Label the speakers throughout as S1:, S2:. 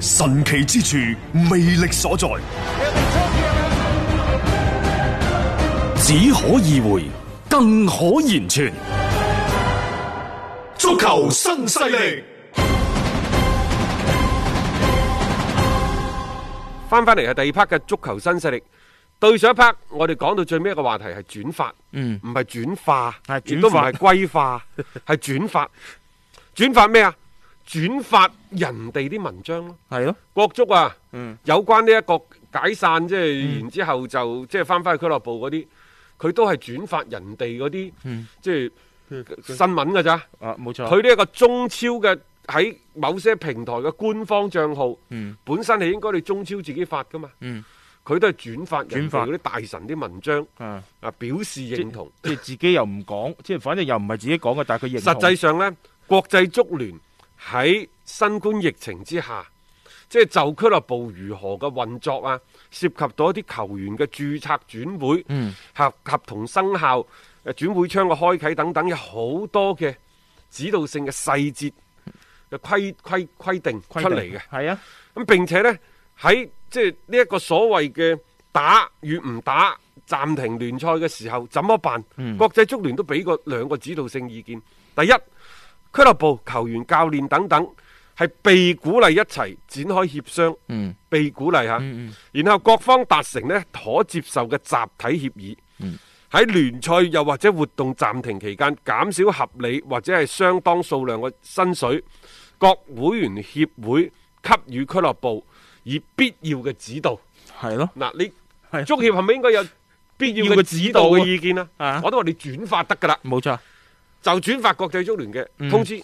S1: 神奇之處，魅力所在，
S2: 只可意會，更可言傳。
S1: 足球新勢力。
S3: 翻翻嚟係第二 part 嘅足球新勢力。對上一 part 我哋講到最尾一個話題係轉發，
S4: 嗯
S3: 唔係轉化，
S4: 係轉
S3: 亦都唔係歸 化，係轉發。轉發咩啊？轉發人哋啲文章咯。
S4: 係咯，
S3: 國足啊，
S4: 嗯
S3: 有關呢一個解散，即係然之後就即係翻返去俱樂部嗰啲，佢都係轉發人哋嗰啲，
S4: 嗯
S3: 即係新聞㗎咋。
S4: 啊冇錯，
S3: 佢呢一個中超嘅喺某些平台嘅官方帳號，
S4: 嗯
S3: 本身係應該你中超自己發噶嘛，佢、
S4: 嗯
S3: 都係轉發人哋
S4: 轉發
S3: 嗰啲大神啲文章
S4: 啊
S3: 啊，表示認同。
S4: 即係自己又唔講，即係反正又唔係自己講嘅，但係佢認同
S3: 實際上呢，國際足聯喺新冠疫情之下，即係就俱樂部如何嘅運作啊，涉及到一啲球員嘅註冊轉會、
S4: 嗯
S3: 合合同生效、誒轉會窗嘅開啓等等，有好多嘅指導性嘅細節嘅規規規定出
S4: 規
S3: 嚟
S4: 定
S3: 嘅。
S4: 係啊，
S3: 咁並且呢，喺即係呢一個所謂嘅打與唔打暫停聯賽嘅時候，怎麼辦？國際足聯都俾過兩個指導性意見。第一，俱樂部、球員、教練等等係被鼓勵一齊展開協商，
S4: 嗯
S3: 被鼓勵嚇。然後各方達成呢可接受嘅集體協議。喺聯賽又或者活動暫停期間，減少合理或者係相當數量嘅薪水，各會員協會給予俱樂部以必要嘅指導。
S4: 係咯，
S3: 嗱，你
S4: 係
S3: 足協係咪應該有必要
S4: 要
S3: 嘅
S4: 嘅
S3: 指
S4: 指
S3: 導
S4: 導啊
S3: 嘅意見啊？
S4: 啊
S3: 我都話你轉發得㗎啦，
S4: 冇錯，嗯
S3: 就轉發國際足聯嘅通知。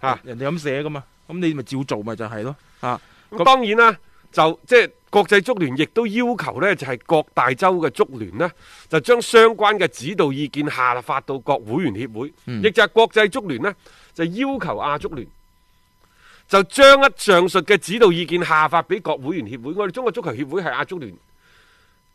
S3: 啊
S4: 人哋咁寫噶嘛，咁你咪照做咪就係咯，啊
S3: 咁當然啦，就即係國際足聯亦都要求呢，就係、各大洲嘅足聯呢，就將相關嘅指導意見下發到各會員協會，亦、
S4: 嗯
S3: 就係國際足聯呢，就要求亞足聯就將一上述嘅指導意見下發俾各會員協會。我哋中國足球協會係亞足聯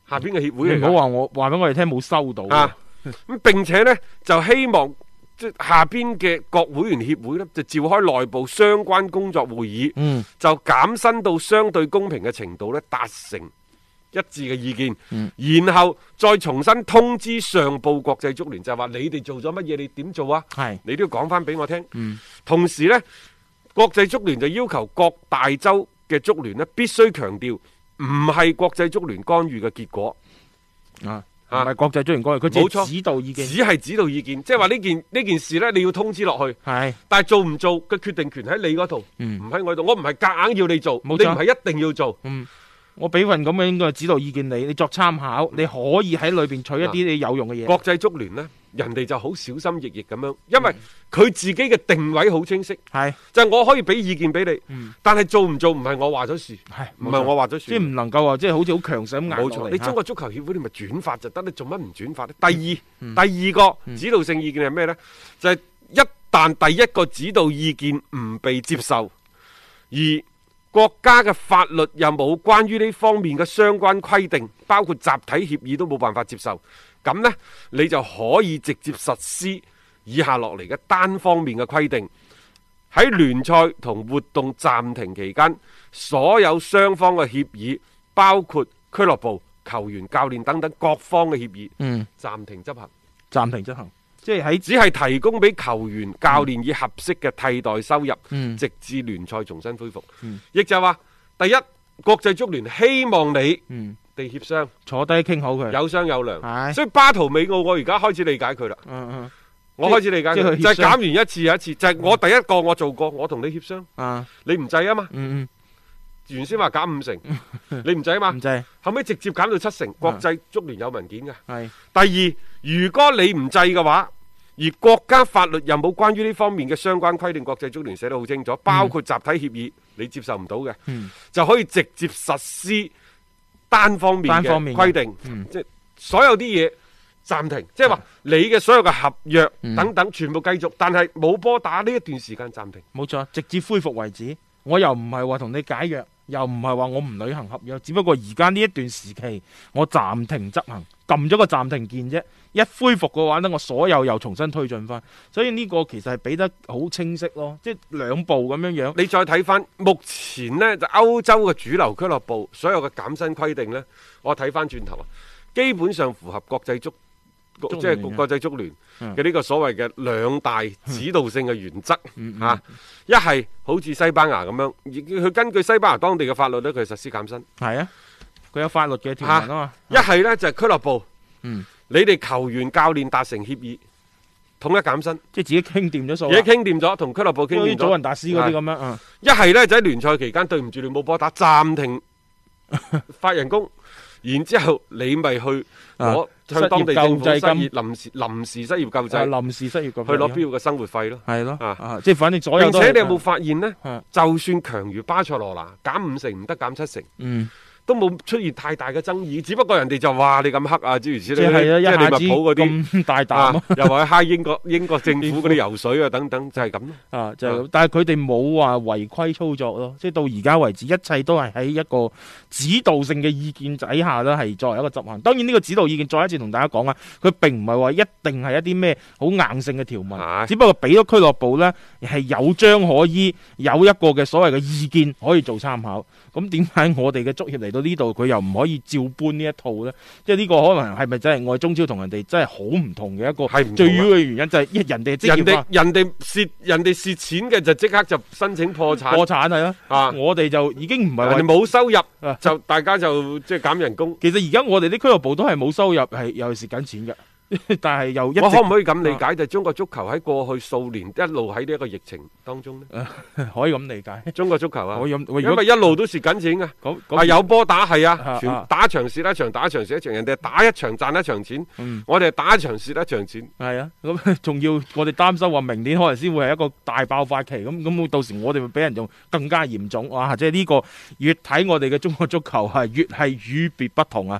S3: 下邊嘅協會
S4: 你
S3: 嚟㗎
S4: 唔好啊話我話俾我哋聽冇收到
S3: 啊！咁並且呢，就希望即係下邊嘅各會員協會呢，就召開內部相關工作會議，
S4: 嗯
S3: 就減薪到相對公平嘅程度呢，達成一致嘅意見，
S4: 嗯
S3: 然後再重新通知上報國際足聯，就係話你哋做咗乜嘢，你點做啊？
S4: 係嗯
S3: 你都要講翻俾我聽。同時呢，國際足聯就要求各大洲嘅足聯呢，必須強調唔係國際足聯干預嘅結果。
S4: 啊，唔
S3: 啊
S4: 係國際足聯嗰個，佢
S3: 冇
S4: 只
S3: 錯
S4: 係指導意見，
S3: 只係指導意見，即係話呢件呢件事呢，你要通知落去，
S4: 係
S3: 但係做唔做嘅決定權喺你嗰度，
S4: 嗯
S3: 唔喺我度。我唔係夾硬要你做，你
S4: 冇
S3: 唔
S4: 錯
S3: 係一定要做。
S4: 我俾份咁嘅應該指導意見你，你作參考，你可以喺裏邊取一啲你有用嘅嘢，
S3: 國際足聯呢，人哋就好小心翼翼咁樣，因為佢自己嘅定位好清晰，
S4: 係
S3: 就係我可以俾意見俾你，但係做唔做唔係我話咗事，
S4: 嗯係
S3: 唔
S4: 冇
S3: 係
S4: 錯
S3: 我話咗
S4: 即係
S3: 事。
S4: 唔能夠話即係好似好強勢咁壓
S3: 冇
S4: 落
S3: 錯，
S4: 嚟
S3: 你
S4: 嚇
S3: 中國足球協會你咪轉發就得，你做乜唔轉發呢？第
S4: 嗯
S3: 二，第二個指導性意見係咩呢？就係一旦第一個指導意見唔被接受，而國家嘅法律又冇關於呢方面嘅相關規定，包括集體協議都冇辦法接受，咁呢，你就可以直接實施以下落嚟嘅單方面嘅規定。喺聯賽同活動暫停期間，所有雙方嘅協議，包括俱樂部、球員、教練等等各方嘅協議，
S4: 嗯
S3: 暫停執行，
S4: 暫停執行，即係喺
S3: 只係提供俾球員、教練以合適嘅替代收入，
S4: 嗯
S3: 直至聯賽重新恢復。亦就係話，第一，國際足聯希望你
S4: 嗯
S3: 地協商，
S4: 坐低傾好佢。
S3: 有商有量。
S4: 係
S3: 所以巴圖美奧，我而家開始理解佢啦。
S4: 嗯嗯
S3: 我開始理解
S4: 即係
S3: 佢，
S4: 去
S3: 就係
S4: 協
S3: 減
S4: 商
S3: 完一次又一次，就係我第一個我做過，我同你協商，
S4: 啊
S3: 你唔制啊嘛。
S4: 嗯
S3: 原先話減五 成，你唔制啊
S4: 嗯，唔
S3: 嘛。
S4: 制啊係
S3: 後尾直接減到七成，國際足聯有文件嘅。
S4: 係
S3: 第二，如果你唔制嘅話，而國家法律又冇關於呢方面嘅相關規定，國際足聯寫得好清楚，包括集體協議，你接受唔到嘅，
S4: 嗯
S3: 就可以直接實施單方面
S4: 單方
S3: 嘅
S4: 面
S3: 規定，
S4: 嗯
S3: 即係所有啲嘢暫停，即係話你嘅所有嘅合約
S4: 嗯
S3: 等等全部繼續，但係冇波打呢一段時間暫停。
S4: 冇錯，直至恢復為止。我又唔係話同你解約，又唔係話我唔履行合約，只不過而家呢一段時期我暫停執行，撳咗個暫停鍵啫。一恢復嘅話呢，我所有又重新推進翻，所以呢個其實係俾得好清晰咯，即係兩步咁樣樣。
S3: 你再睇翻目前呢，就歐洲嘅主流俱樂部所有嘅減薪規定呢，我睇翻轉頭啊，基本上符合國際足
S4: 足聯
S3: 即係
S4: 嘅
S3: 國際足聯
S4: 嗯
S3: 嘅呢個所謂嘅兩大指導性嘅原則
S4: 嗯嗯
S3: 嚇，一係好似西班牙咁樣，而佢根據西班牙當地嘅法律呢，佢實施減薪；
S4: 係啊，佢有法律嘅條文啊嘛。
S3: 一係呢，就係俱樂部，
S4: 嗯
S3: 你哋球員教練達成協議，統一減薪，
S4: 即係自己傾掂咗數
S3: 已經
S4: 啦，
S3: 傾掂咗，同俱樂部傾
S4: 好
S3: 掂
S4: 似祖
S3: 咗
S4: 雲。達斯嗰啲咁樣啊，
S3: 一係呢，就喺聯賽期間對唔住你冇波打，暫 停發人工，然之後你咪去攞
S4: 啊
S3: 向當地政府失
S4: 失業救濟
S3: 業
S4: 金
S3: 臨時臨時失業救濟，
S4: 就啊臨時失業咁
S3: 去攞必要嘅生活費咯。
S4: 係咯，
S3: 啊
S4: 啊即係反正所有
S3: 並
S4: 都
S3: 且
S4: 係
S3: 你有冇發現呢？
S4: 啊
S3: 就算強如巴塞羅那減五成唔得減七成，
S4: 嗯
S3: 都冇出現太大嘅爭議。只不過人哋就話你咁黑啊，諸如此
S4: 即
S3: 類嗰
S4: 係
S3: 啲，
S4: 啊一
S3: 即係
S4: 下子
S3: 利物浦嗰啲
S4: 咁大
S3: 啊
S4: 膽啊，
S3: 又話去蝦英國英國政 府嗰啲游水啊等等，就係咁咯。
S4: 啊就係咁但係佢哋冇話違規操作咯，即係到而家為止，一切都係喺一個指導性嘅意見底下啦，係作為一個執行。當然呢個指導意見再一次同大家講啊，佢並唔係話一定係一啲咩好硬性嘅條
S3: 係
S4: 文，只不過俾咗俱樂部呢係有章可依，有一個嘅所謂嘅意見可以做參考。咁點解我哋嘅足協嚟到呢度，佢又唔可以照搬呢一套呢？即係呢個可能係咪真係我哋中超同人哋真係好唔同嘅一
S3: 係唔同
S4: 個
S3: 啊
S4: 最主要嘅原因就係一人哋係職
S3: 人
S4: 業化啊
S3: 哋人哋蝕人哋蝕錢嘅就即刻就申請破產。
S4: 破產係啦。
S3: 啊！
S4: 我哋就已經唔係
S3: 人哋
S4: 話，
S3: 冇收入
S4: 啊
S3: 就大家就即係減人工。
S4: 其實而家我哋啲俱樂部都係冇收入，係又係蝕緊錢嘅， 但係又一直啊
S3: 我可唔可以咁理解？就係中國足球喺過去數年一路喺呢一個疫情當中
S4: 啊
S3: 呢，
S4: 可以咁理解？
S3: 中國足球啊
S4: 可，以咁，喂
S3: 因
S4: 如果
S3: 為一路都蝕緊錢嘅，
S4: 咁
S3: 啊
S4: 咁
S3: 有波打係
S4: 啊
S3: 啊，
S4: 啊
S3: 全打一場蝕一場，打一場蝕一場，人哋係打一場賺一場錢
S4: 嗯，
S3: 我哋係打一場蝕一場錢。
S4: 係啊，咁 仲要我哋擔心話明年可能先會係一個大爆發期，咁咁到時我哋會俾人用更加嚴重，哇！即係呢個越睇我哋嘅中國足球係越係與別不同啊！